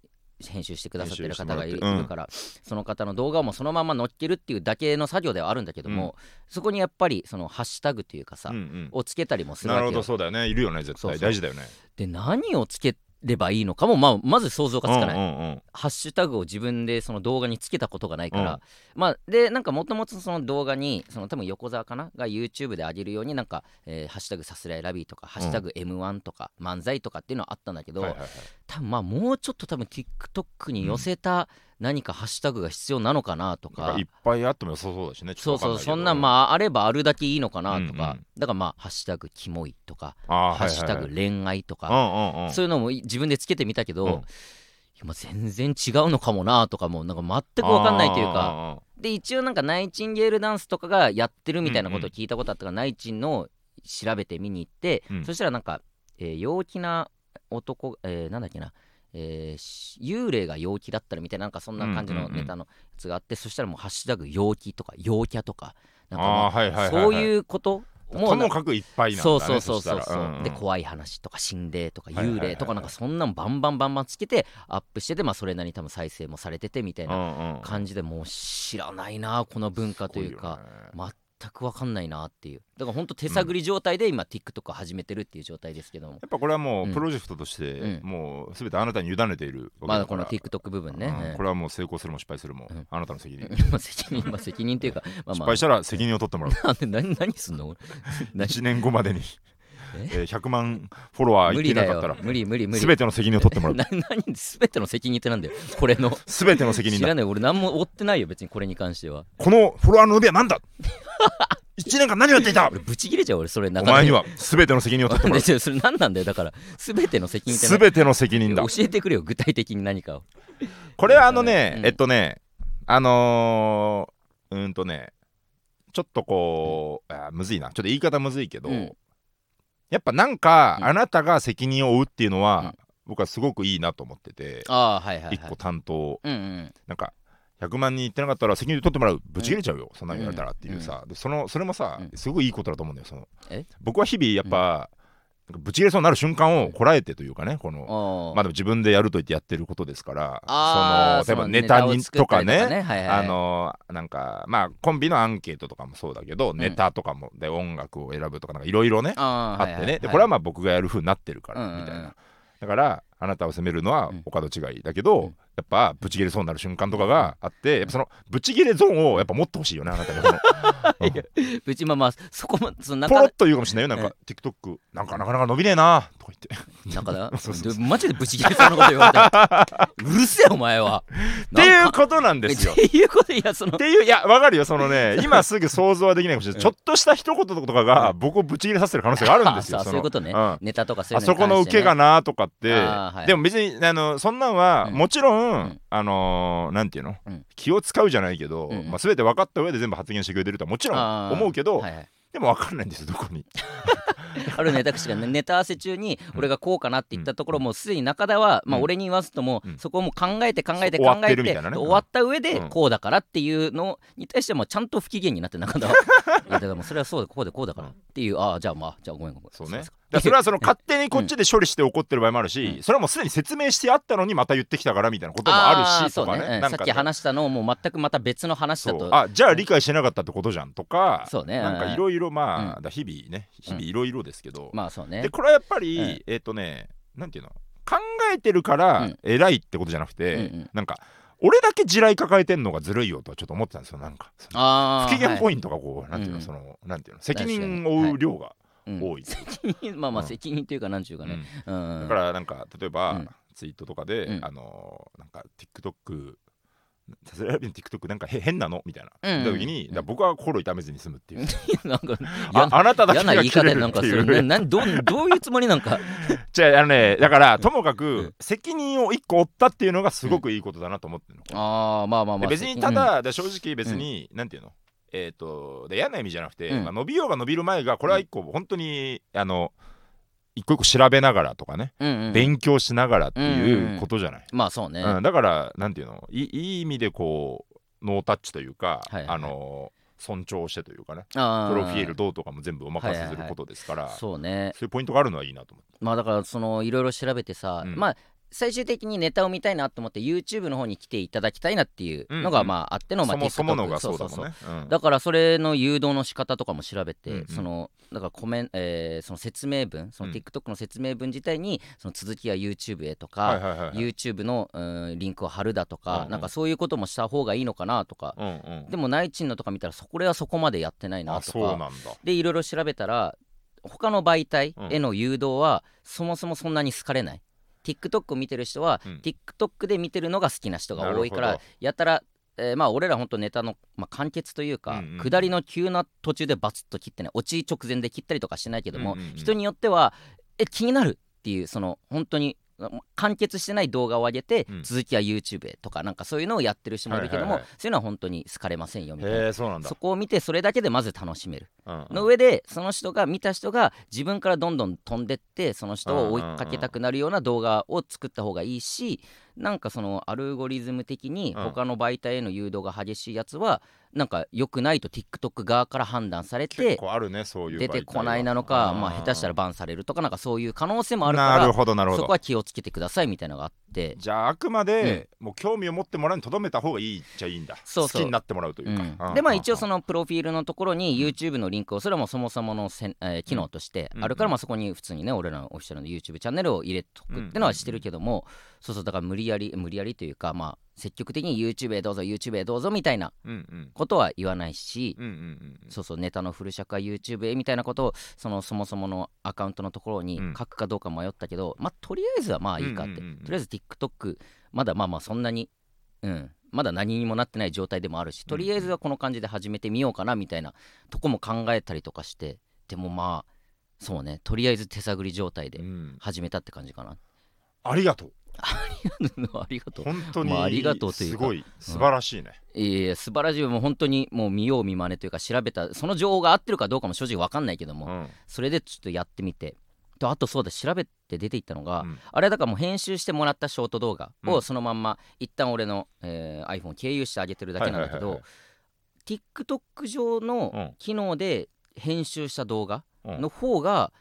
編集してくださってる方がい編集してるもらってうんから、その方の動画をもうそのまま載っけるっていうだけの作業ではあるんだけども、そこにやっぱりそのハッシュタグというかさ、うんうんをつけたりもするなわるほけよどそうだよねいるよね絶そうそう対大事だよねで何をつければいいのかも、まあ、まず想像がつかない、うんうんうんハッシュタグを自分でその動画につけたことがないから、うんまあでなんかもともとその動画にその多分横澤かなが YouTube で上げるようになんか、えーハッシュタグさすらいラビー」とか「ハッシュタグ M1」とか「漫才」とかっていうのはあったんだけど、はいはいはい多分まあもうちょっと多分 TikTok に寄せた何かハッシュタグが必要なのかなとなんかかいっぱいあっても良さそうだしねそうそうそんなあまああればあるだけいいのかなとうんうかんだからまあ「ハッシュタグキモい」とか「あハッシュタグ恋愛」とうかんうんうんそういうのも自分でつけてみたうどんやまあ全然違うのかもなとかもなんか全く分かんないというかで一応なんかナイチンゲールダンスとかがやってるみたいなことを聞いたことあったから、ナイチンの調べて見に行って、うんそしたらなんか、えー陽気な男、えーなんだっけな、えーし幽霊が陽気だったらみたいななんかそんな感じうんのうんうんネタのやつがあって、そしたらもう「ハッシュタグ陽気」とか「陽キャ」とかなんかあも、ーはいはいうはいはいそういうこともとなもかくいっぱいなんだそねうそうそうそうしそたう、らんんで怖い話とか心霊とかはいはいはい幽はい霊とかなんかそんなんバンバンバンバンつけてアップしてて、まあ、それなりに多分再生もされててみたいなうんうん感じでもう知らないなこの文化というか全く分かんないなっていうだから本当手探り状態で今 TikTok を始めてるっていう状態ですけども、やっぱこれはもううんプロジェクトとして、うんもうすべてあなたに委ねているわけまだだかこらの TikTok 部分ね、うんうんこれはもう成功するも失敗するも、うんあなたの責任、まあ責任まあ責任という か、まあ、失まあ敗したら責任を取ってもらうなんで何何すんの何1年後までに、えー100万フォロワー無いって理いなだかったらよ無理無理無理すべての責任を取ってもらうな何すべての責任ってなんだよこれのすべての責任知だらない俺何も追ってないよ別にこれに関してはこのフォロワーの伸びは 何だ1年間何をやっていた俺ブチ切れちゃう俺それお中前にはすべての責任を取ってもらう でそれ何なんだよだから全ての責任ってすべての責任だ教えてくれよ具体的に何かをこれはあのね、うんえっとねあのー、うーんとねちょっとこう、あーむずいなちょっと言い方むずいけど、うんやっぱなんか、うんあなたが責任を負うっていうのは、うん僕はすごくいいなと思ってて、ああはいはいはい一個担当うんうんなんか100万人いってなかったら責任取ってもらうぶち切れちゃうよ、そんなの言われたらっていうさ、でそのそれもさ、うんすごいいいことだと思うんだよそのえ僕は日々やっぱ、なんかぶち切れそうになる瞬間をこらえてというかねこの、あまあでも自分でやると言ってやってることですからあーその例えそばのネタにネタを作ったりとかねとかねはいはいあのなんかまあコンビのアンケートとかもそうだけど、ネタとかもで音楽を選ぶとかなんかいろいろねあああってね、でこれはままあ僕がやる風になってるから、うんうんうんみたいなだからあなたを責めるのはうんお門違いだけど、うんやっぱブチギレそうになる瞬間とかがあって、やっぱそのブチギレゾーンをやっぱ持ってほしいよ ねあなたにこのうんあうちまあまあそこもそのポロ中ッと言うかもしれないよなんか TikTok なんかなかなか伸びねえなとか言って中だ そうそうでマジでブチ切れそうなこと言われたうるせえお前は っていうことなんです よっていうこといやそのっていういやわかるよその ね今すぐ想像はできないかもしれない、ちょっとした一言とかが僕をぶち切れさせてる可能性があるんですよ あーそうそうのいうことね、んあネタとかそういうそにこ関してねの受けがなとかって、あーはいでも別にあのそんなんは、うんもちろんん、あのーなんていうの、うん気を使うじゃないけど、うんうんまあ、全て分かった上で全部発言してくれてるとはもちろんあー思うけど、はいはいでも分かんないんですよど こに。あるネタ口がねネタ合わせ中に俺がこうかなって言ったところもうすでに中田は、まあ、うん俺に言わずともうんそこをもう考えて考えてそ考う終わってえるてみたいなね終わった上でうんこうだからっていうのに対してもちゃんと不機嫌になって 中田はいやでもそれはそうでこうでこうだからっていうああじゃあまあじゃあごめんごめんそうね、だすいまからそれはその勝手にこっちで処理して怒ってる場合もあるし、それはもうすでに説明してあったのにまた言ってきたからみたいなこともあせんるしそとうかねねうんなんさかっき話したのをもう全くまた別の話だそうとあじゃあ理解してなかったってことじゃんとかそうねなんうかんいろいろまあ、うだ日々ね日々いろいろですけど、まあそうねでこれはやっぱり、うんえっ、とねなんていうの考えてるからうん偉いってことじゃなくて、うんうんなんか俺だけ地雷抱えてんのがずるいよとはちょっと思ってたんですよなんかそのあ不あ機嫌ポイントがこう、なんていうの、うんそのなんていうの責任を負う量が多い、はい うんまあまあうん責任というかなんちゅうかね、うんうんだからなんか例えば、うんツイートとかで、うんあのーなんか TikTok さすがに TikTok なんかへ変なのみたいな、うん言った時に、だから僕は心痛めずに済むっていう なんかああなただけ嫌なが言い切方れでるなっんかてそいれう。ななんどんどういうつもりなんかじゃああのねだからともかうくん責任を一個負ったっていうのがすごくいいことだなと思ってるの。ああまあまあまであ別にただ、で正直別に、なんていうのえっ、とで嫌な意味じゃなくて、うんまあ、伸びようが伸びる前がこれは一個本当に、あの一個一個調べながらとかね、うんうんうん勉強しながらっていうことじゃない。まあそうね、うん、だからなんていうのいいい意味でこうノータッチというか、はいはいはいあの尊重してというかねあープロフィールどうとかも全部お任せすることですから、そうそうねいうポイントがあるのはいいなと思って。まあだからそのいろいろ調べてさ、うんまあ最終的にネタを見たいなと思って YouTube の方に来ていただきたいなっていうのがうんうんまああっての、まそあ、もそものが TikTok そうだもんね。うんだからそれの誘導の仕方とかも調べて、うんうんそのだからコメン、えーその説明文そのうん TikTok の説明文自体にその続きは YouTube へとか、はいはいはいはい YouTube の、うんリンクを貼るだとか、うんうんなんかそういうこともした方がいいのかなとか、うんうんでもナイチンのとか見たらそこれはそこまでやってないなあとそうなんかだ。でいろいろ調べたら他の媒体うんへの誘導はそもそもそんなに好かれない、TikTok を見てる人は、うん TikTok で見てるのが好きな人が多いかなるらほやたら、えーまあ俺らほんとネタの、まあ、完結というか、うんうんうん下りの急な途中でバツッと切ってね落ち直前で切ったりとかしないけども、うんうんうん人によってはえ気になるっていうその本当に完結してない動画を上げて、うん続きは YouTube へとかなんかそういうのをやってる人もいるけども、はいはいはいそういうのは本当に好かれませんよみたいなへえそうなんだそこを見てそれだけでまず楽しめるうんうんの上でその人が見た人が自分からどんどん飛んでってその人を追いかけたくなるような動画を作った方がいいしなんかそのアルゴリズム的にうん他の媒体への誘導が激しいやつはなんか良くないと TikTok 側から判断され結て構あるねそういう出てこないなのかまあ下手したらババンされるとかなんかそういう可能性もあンるなかるほどなるらほそどこは気をつけてくださいみたいなのがあってじゃああくまで、もう興味を持ってもらうにとどめた方がいいっちゃいいんだそうそう好きになってもらうというか、うんでまあ一応そののプロフィールのところに YouTube のリンクをそれはもうそもそものせん、えー機能としてうんあるから、まあ、そこに普通にね俺らのオフィシャルの YouTube チャンネルを入れとくってのはしてるけども、そうそうだから無理やり無理やりというかまあ積極的に YouTube へどうぞ YouTube へどうぞみたいなうんうんことは言わないし、うんうんうんそうそうネタのフル尺は YouTube へみたいなことをそのそもそものアカウントのところにうん書くかどうか迷ったけど、まあとりあえずはまあいいかって、うんうんうんうんとりあえず TikTok まだまあまあそんなにうんまだ何にもなってない状態でもあるしとりあえずはこの感じで始めてみようかなみたいなとこも考えたりとかしてでもまあそうねとりあえず手探り状態うでん始めたって感じかな、 ありがとうありがとう本当に、まあありがとうというかすごい素晴らしいね、いえいえ素晴らしいもう本当にもう見よう見まねというか調べたその情報が合ってるかどうかも正直分かんないけども、うんそれでちょっとやってみてとあとそうだ調べて出ていったのが、うんあれだからもう編集してもらったショート動画うをんそのまんま、一旦俺の、えー iPhone を経由してあげてるだけなんだけど、はいはい TikTok 上うのん機能で編集した動画うんの方が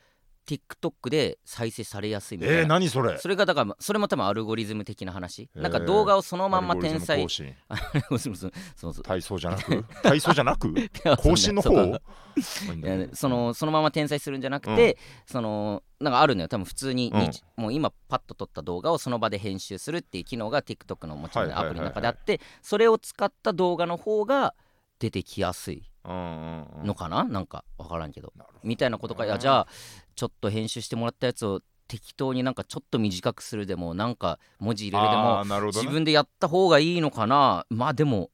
TikTok で再生されやすいみたいな。えー、何それそれがだからそれも多分アルゴリズム的な話、へーなんか動画をそのまんまアルゴリズ転ム載 更新そうそうそうそうそう体操じゃなく体操じゃなく更新の方そうまあいいんいだけやどそのそのまま転載するんじゃなくて、そのなんかあるのよ多分普通にうん日、もう今パッと撮った動画をその場で編集するっていう機能が TikTok のもちろんねはいアはいプリはいはのい中であって、それを使った動画の方が出てきやすいうんうんうんのかな、なんか分からんけどなるほどみたいなことかいやねじゃあちょっと編集してもらったやつを適当になんかちょっと短くするでもなんか文字入れるでもあーなるほどね自分でやった方がいいのかなまあでも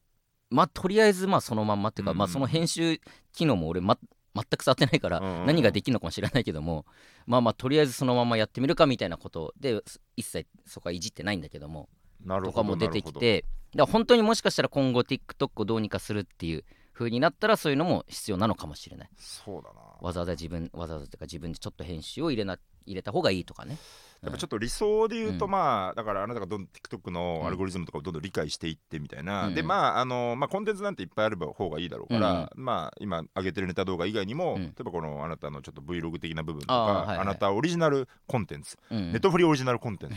まあとりあえずまあそのまんまっていうか、うんまあその編集機能も俺、ま、全く触ってないからうんうんうん何ができるのかも知らないけども、まあまあとりあえずそのままやってみるかみたいなことです一切そこはいじってないんだけどもなるとほどかも出てきなるてだから本当にもしかしたら今後 TikTok をどうにかするっていう風になったらそういうのも必要なのかもしれないほどそうだなわざわざ自分わざわざというか自分でちょっと編集を入れな入れた方がいいとかねやっぱちょっと理想で言うと、うんまあだからあなたがどんどん TikTok のうんアルゴリズムとかをどんどん理解していってみたいな、うんでまああの、まあ、コンテンツなんていっぱいある方がいいだろうから、まあ今上げてるネタ動画以外にも、うん例えばこのあなたのちょっと Vlog 的な部分とあかーあ,、はいはいなたオリジナルコンテンツ、うんうんネットフリーオリジナルコンテンツ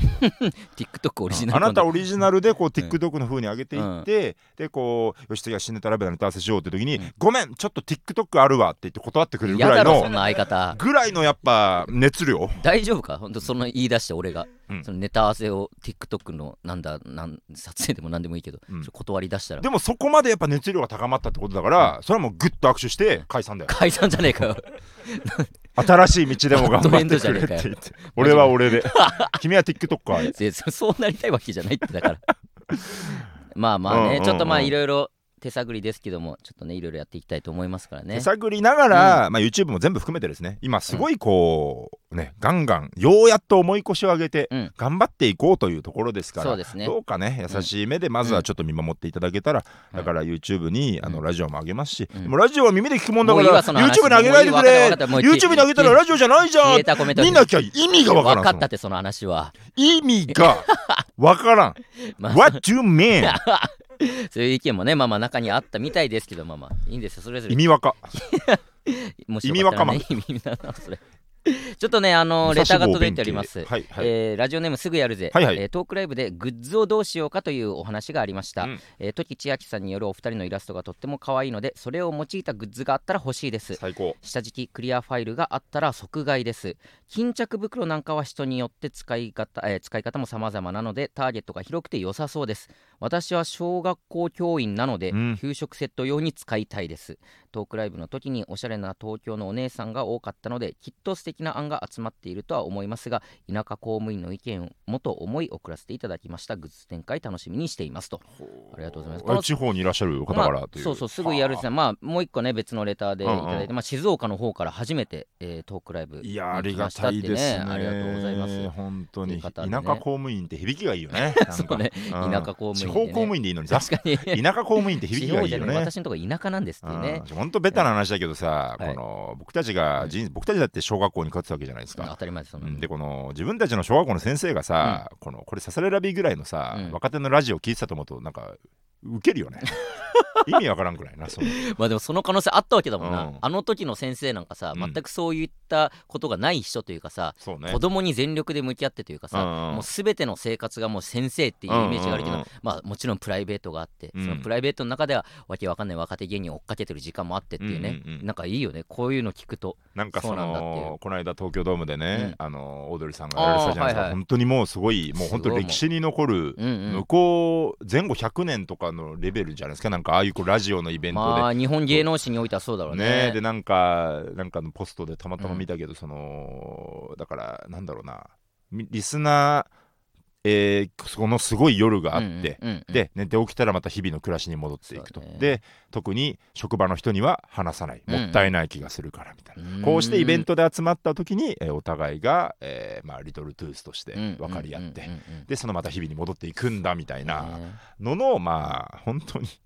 TikTok オリジナあルコなンテンたツオリジナルでこう TikTok の風に上げていって、でこう吉木が新ネタラベルのネタ合わせしようって時に、うんごめんちょっと TikTok あるわって言って断ってくれるぐ嫌らいだろそんのな相方ぐらいのやっぱ熱量大丈夫か本当その言い出して俺が、うんそのネタ合わせを TikTok のなんだなん撮影でも何でもいいけど、うんそれ断り出したらでもそこまでやっぱ熱量が高まったってことだから、それはもうグッと握手して解散だよ 解散じゃねえかよ新しい道でも頑張ってバッドくれってエンドじゃ言ねって俺は俺で君は TikToker でそそうなりたいわけじゃないってだ からまあまあね、うんうんうんちょっとまあいろいろ手探りですけどもちょっとねいろいろやっていきたいと思いますからね手探りながら、まあ、YouTube も全部含めてですね今すごいこうねガンガンようやっと思い越しを上げてうん頑張っていこうというところですから、そうですねどうかね優しい目でまずはちょっと見守っていただけたら、うんだから YouTube にあうのんラジオも上げますし、うんでもラジオは耳で聞くもんだかもういいらわその話 YouTube に上げないでもういくいわわかっれたわかったもう YouTube に上げたらラジオじゃないじゃ消んえたコメント見なきゃ意味がわからん分かったってその話は、意味がわから ん。まあ What do you mean? そういう意見もねまあまあ中にあったみたいですけどまあまあいいんですよそれぞれ意味わか。もしよかったらね意味わかまそれちょっとねあ のレターが届いております武蔵坊弁慶はいはい。えーラジオネームすぐやるぜ、はいはいえートークライブでグッズをどうしようかというお話がありました、うんえー時千秋さんによるお二人のイラストがとっても可愛いのでそれを用いたグッズがあったら欲しいです最高。下敷きクリアファイルがあったら即買いです巾着袋なんかは人によって使い方、えー使い方も様々なのでターゲットが広くて良さそうです私は小学校教員なので、うん給食セット用に使いたいですトークライブの時におしゃれな東京のお姉さんが多かったのできっと素敵な案が集まっているとは思いますが田舎公務員の意見をもと思い送らせていただきましたグッズ展開楽しみにしていますとありがとうございますこの地方にいらっしゃる方からという、そうそうすぐやるですねまあもう一個ね別のレターでいただいて、うんうまあ、静岡の方から初めて、えートークライブいやありがたいですねありがとうございます本当に、という田方で舎ね公務員って響きがいいよねなんか そうねうん田舎公務員でね地方公務員でいいのにさ確かに 田舎公務員って響地きが方いいじゃよねね私のとこ田舎なんですっていうねうん本当ベタな話だけどさ、はいこの僕たちが人、僕たちだって小学校に通ってたわけじゃないです当か。たり前ですそんうなのんでこの自分たちの小学校の先生がさ、このこれササレラビーぐらいのさ、うん若手のラジオ聞いてたと思うとなんかウケ るよね意味わからんくらいなそのまあでもその可能性あったわけだもんな、うんあの時の先生なんかさうん全くそういったことがない人というかさ、そうね子供に全力で向き合ってというかさ、うんうんもう全ての生活がもう先生っていうイメージがあるけど、うんうんうんまあもちろんプライベートがあって、うんそのプライベートの中ではわけわかんない若手芸人を追っかけてる時間もあってっていうね、うんうんうんなんかいいよねこういうの聞くとなんかそそうなんだっていのこの間東京ドームでね、あのオードリーさんがやられてたじゃないですか、あーはいはい本当にもうすごいもう本当すごいもう歴史に残るうんうん向こう前後100年とかのレベルじゃないですかなんかああいうこうラジオのイベントで、まあ日本芸能史においてはそうだろうねねえでなんかなんかのポストでたまたま見たけど、そのだからなんだろうなみリスナー、えーそのすごい夜があって、うんうんうんで寝て起きたらまた日々の暮らしに戻っていくと、そうだねで特に職場の人には話さないもったいない気がするからみたいな、うんこうしてイベントで集まった時に、えーお互いが、えーまあ、リトルトゥースとしてうん分かり合って、うんうんうんうんでそのまた日々に戻っていくんだみたいなねのの、まあ本当に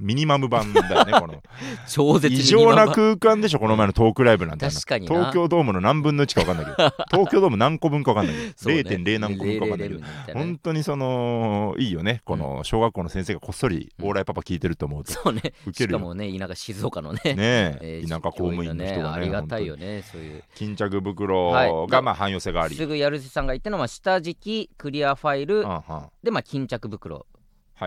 ミニマム版だ よねこの。超絶異に今常な空間でしょこの前のトークライブなんて確かにな東京ドームの何分の1か分かんないけ ど東京ドーム何個分か分かんないけそうど、ね0.0何個分か分かんないけ0.00どみたいなね本当にそのいいよねこの小学校の先生がこっそり「オーライパパ聞いてる」と思うとそうねウケしるかよもね田舎静岡のねねええー田舎公務員の人があねりがたい本よねそういう当に巾着は袋いがまあ汎用性がありすぐやるせさんが言ったのは下敷きクリアファイルうんうんはでまあ巾着袋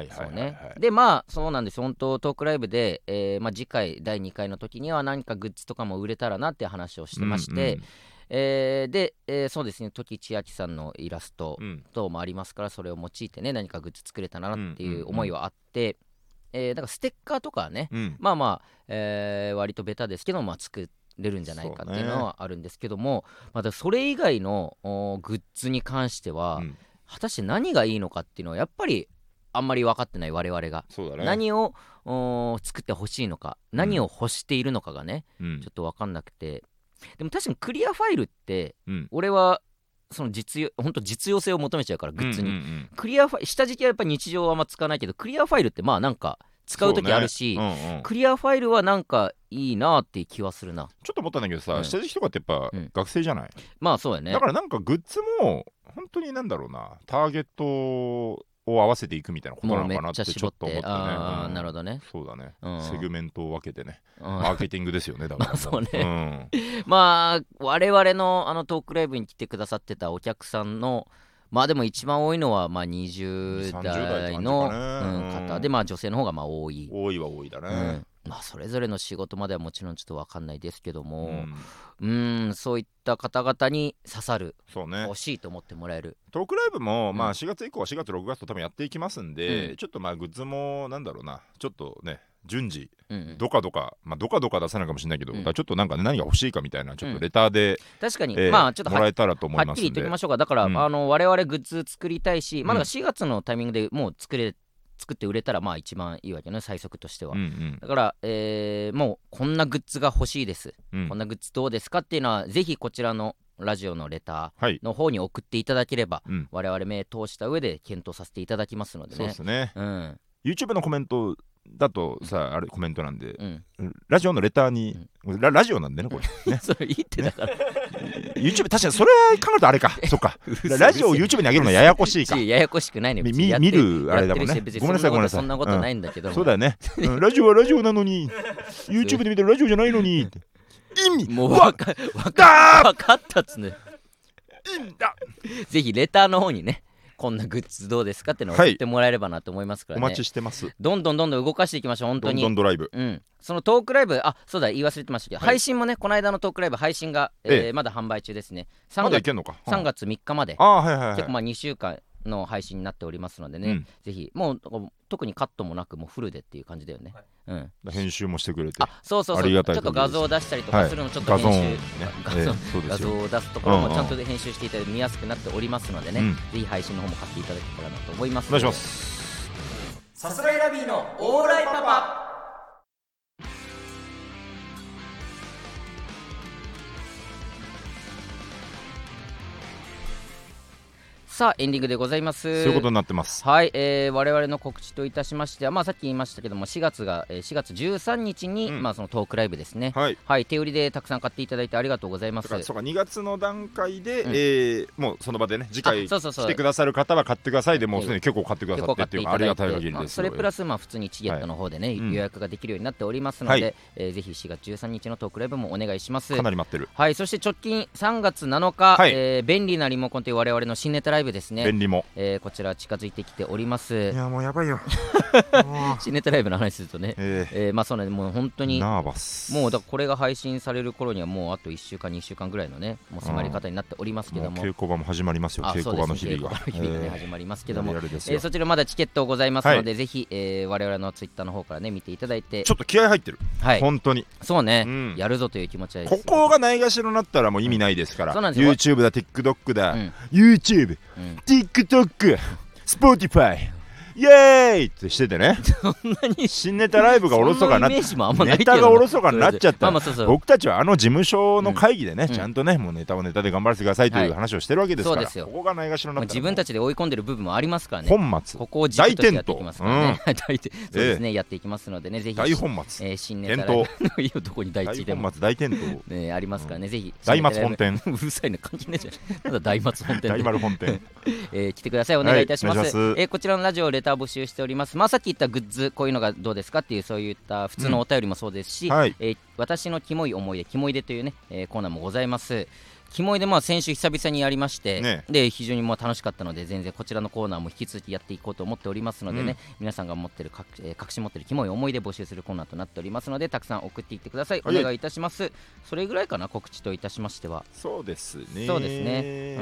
いそはういね、はいはいでまあそうなんです本当トークライブで、えーまあ、次回第2回の時には何かグッズとかも売れたらなって話をしてまして、えーで、えーそうですね時千秋さんのイラストうんうんうん等もありますからそれを用いてね何かグッズ作れたらなってうんいうんうんう思いはあって、えーだからステッカーとかはねうんまあまあ、えー割とベタですけど、まあ、作れるんじゃないかっていうのはあるんですけども、またそれ以外のおーグッズに関しては、うん果たして何がいいのかっていうのはやっぱりあんまり分かってない我々が、そうだね何をおー作ってほしいのか何を欲しているのかがね、うんちょっと分かんなくてでも確かにクリアファイルってうん俺はその実用本当実用性を求めちゃうからグッズに、うんうんうんクリアファイル下敷きはやっぱ日常はあんま使わないけどクリアファイルってまあなんか使う時あるし、そうねうんうんクリアファイルはなんかいいなっていう気はするなちょっと思ったんだけどうさん下敷きとかってやっぱうん学生じゃないまあそうだねだからなんかグッズも本当になんだろうなターゲットを合わせていくみたいなこともなうのめっかなっちゃてち絞ょっっとて思ったね。ああうんなるほどね、そうだね、うんセグメントを分けてねうんマーケティングですよねだから まあそうね、まあ我々のあのトークライブに来てくださってたお客さんのまあでも一番多いのはまあ20 30代の代って感じかうねん方でまあ女性の方がまあ多い、うん、多いは多いだうね、んまあ、それぞれの仕事まではもちろんちょっと分かんないですけどうんもうんそういった方々に刺さるそうね欲しいと思ってもらえるトークライブも、うんまあ4月以降は4月6月と多分やっていきますんで、うんちょっとまあグッズもなんだろうなちょっとね順次うんうんどかどか、まあどかどか出せないかもしれないけど、うんだからちょっとなんかね何が欲しいかみたいなちょっとレターで、確かに、えーまあちょっともらえたらと思いはっまきすり言んでっておきましょうかだから、うんあの我々グッズ作りたいし、まあ、うんだから4月のタイミングでもう作れ作って売れたらまあ一番いいわけね最速としては、うんうんだから、えーもうこんなグッズが欲しいです、うんこんなグッズどうですかっていうのはぜひこちらのラジオのレタはいーの方に送っていただければ、うん我々目通した上で検討させていただきますのでねそうですねうん YouTube のコメントだとさあれコメントなんで うんラジオのレターにララジオなんでねこれねそれい いってだから YouTube 確かにそれ考えると あれかそっかラジオを YouTube に上げるのややこしいかいやややこしくないねみ別にやって見るあれだもんやねってるし別にごめんなさいそことごめんなさいそんなことないんだけども、そうだ よねうんラジオはラジオなのに YouTube で見てるラジオじゃないのにって意 味もうわかわかわかったっつねだぜひレターの方にね、こんなグッズどうですかってのを送ってもらえればなと思いますからおね。待ちしてますどんどんどんどん動かしていきましょう、本当どんに。どんドライブうん、そのトークライブ、あそうだ、言い忘れてましたけど、はい配信もね、この間のトークライブ、配信が、えーええまだ販売中ですね。3まだい月けんのかうん ,3 月3日まで、ああはいはい結構はまあ2週間、の配信になっておりますのでね、うんぜひもう特にカットもなくもうフルでっていう感じだよね、うん編集もしてくれてあそうそうあそうりちょっがたいと画像を出したりとかするのちょっと画像編集、音ね画ええ像そうで画すよ像を出すところうんうもんちゃんと編集していただいて見やすくなっておりますのでね、うんぜひ配信の方も買っていただけたらなと思いますお願いしますさすらいラビーのオーライパパさあエンディングでございますそういうことになってますはい、えー我々の告知といたしましては、まあ、さっき言いましたけども4月が、えー4月13日に、うんまあ、そのトークライブですね、はいはい手売りでたくさん買っていただいてありがとうございまだすからそうか2月の段階で、うんえーもうその場でね次回あそうそうそう来てくださる方は買ってくださいでもうすでに結構買ってくだ結さ構って買っってていいうたのだはいあてりがたい限りまであすそれプラスス、まあ、普通にチゲットの方でね、いうん予約ができるようになっておりますので、はえーぜひ4月13日のトークライブもお願いしますかなり待ってるはいそして直近3月7日、はいえー便利なリモコンという我々の新ネタライブですね、便利もえーこちら近づいてきておりまいすやもうやばいよもう 新ネタライブの話するとね、ええーまあそうねもう本当ーにナーバスもうだからこれが配信される頃にはもうあと1週間2週間ぐらいのねもう迫り方になっておりますけどももう稽古場も始まりますよあ稽そうで古場すねの日々が稽古場の日々がねえー始まりますけどもやるやるですえよーそちらまだチケットございますので、ぜひ、えー、我々のツイッターの方からね見ていただいてちょっと気合入ってるはい本当にそうね、うんやるぞという気持ちはここがないがしろになったらもう意味ないですから、そうなんですよ YouTube だ TikTok だ、うん YouTube、うん TikTok、Spotify イエーイってしててねそんなに新ネタライブがおろそかになっそんイメージもあんまないネけどタがおろそかになっちゃったまあまあそうそう僕たちはあの事務所の会議でね、うんちゃんとねもうネタをネタで頑張らせてくださいといはうい話をしてるわけですかそら、うですよここがないがしろにまあなったら自分たちで追い込んでる部分もありますからね本末ここを軸としてやっていきますからね、大転 そうですね、やっていきますのでねぜひ大本末えー新ネタライブ のいい男に第一大でも本末大転倒ね、ありますからね、ぜひ大松本 店うるさいね関係ないじゃんただ大松本店大で、丸本店えー来てくださいお願いいたします,、はいお願いしますえーこちらのラジオレター募集しておりますまあさっき言ったグッズこういうのがどうですかっていうそういった普通のお便りもそうですし、うんはいえー私のキモい思い出キモいでというね、えーコーナーもございますキモいでまあ先週久々にやりまして、ねで非常にまあ楽しかったので全然こちらのコーナーも引き続きやっていこうと思っておりますのでね、うん皆さんが持ってるか、えー隠し持ってるキモい思い出募集するコーナーとなっておりますのでたくさん送っていってくださいおはい願いいたします、それぐらいかな告知といたしましては そうですねそうですうんね、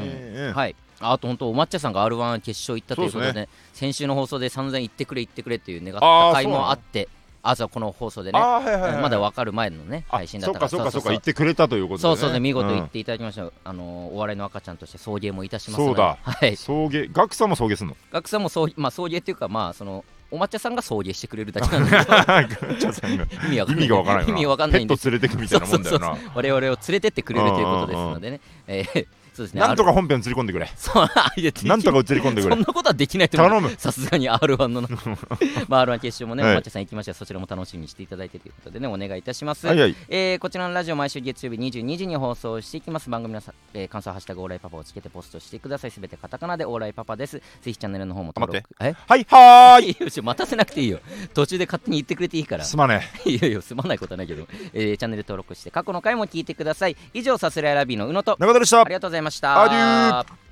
うんはい、ああと本当、お抹茶さんが r 1決勝行ったということで,、そう先週の放送で散々行ってくれ、行ってくれという願っあーた回そうなのもあって、朝この放送でね、あーはいはいはいまだ分かる前のね、配信だったから、あそうかそうかそうかそ言ってくれたということで、そね、うそうそう見事言っんていただきました、あのーお笑いの赤ちゃんとして送迎もいたしますので、そうだはい、送迎ガクさんも送迎すん の学さんも送,、まあ、送迎っていうか、まあ、そのお抹茶さんが送迎してくれるだけなんで、ガクちゃんさんが意味わか意んない味がわからない意味わかんないんペでット連れてく みたいなもんだよなそうそうそう我々を連れてってくれるということですのでね、えーそうですね、なんとか、か本編を釣り込んでくれそうあいやなんとか映り込んでくそんれなことはできないと思う頼 むさすがに R1 のな まあ R1 決勝もね、はいお抹茶さん行きましたそちらも楽しみにしていただいてということでねお願いいたします、はいはいえーこちらのラジオ毎週月曜日22時に放送していきます番組のさ、えー感想はハッシュタグオーライパパをつけてポストしてくださいすべてカタカナでオーライパパですぜひチャンネルの方も登録えはいはーいいいよちょ待たせなくていいよ途中で勝手に言ってくれていいからすまねいやいやすまないことはないけど、えーチャンネル登録して過去の回も聞いてください以上さすらいラビーの宇野とえ中田でしたありがとうございましたアデュー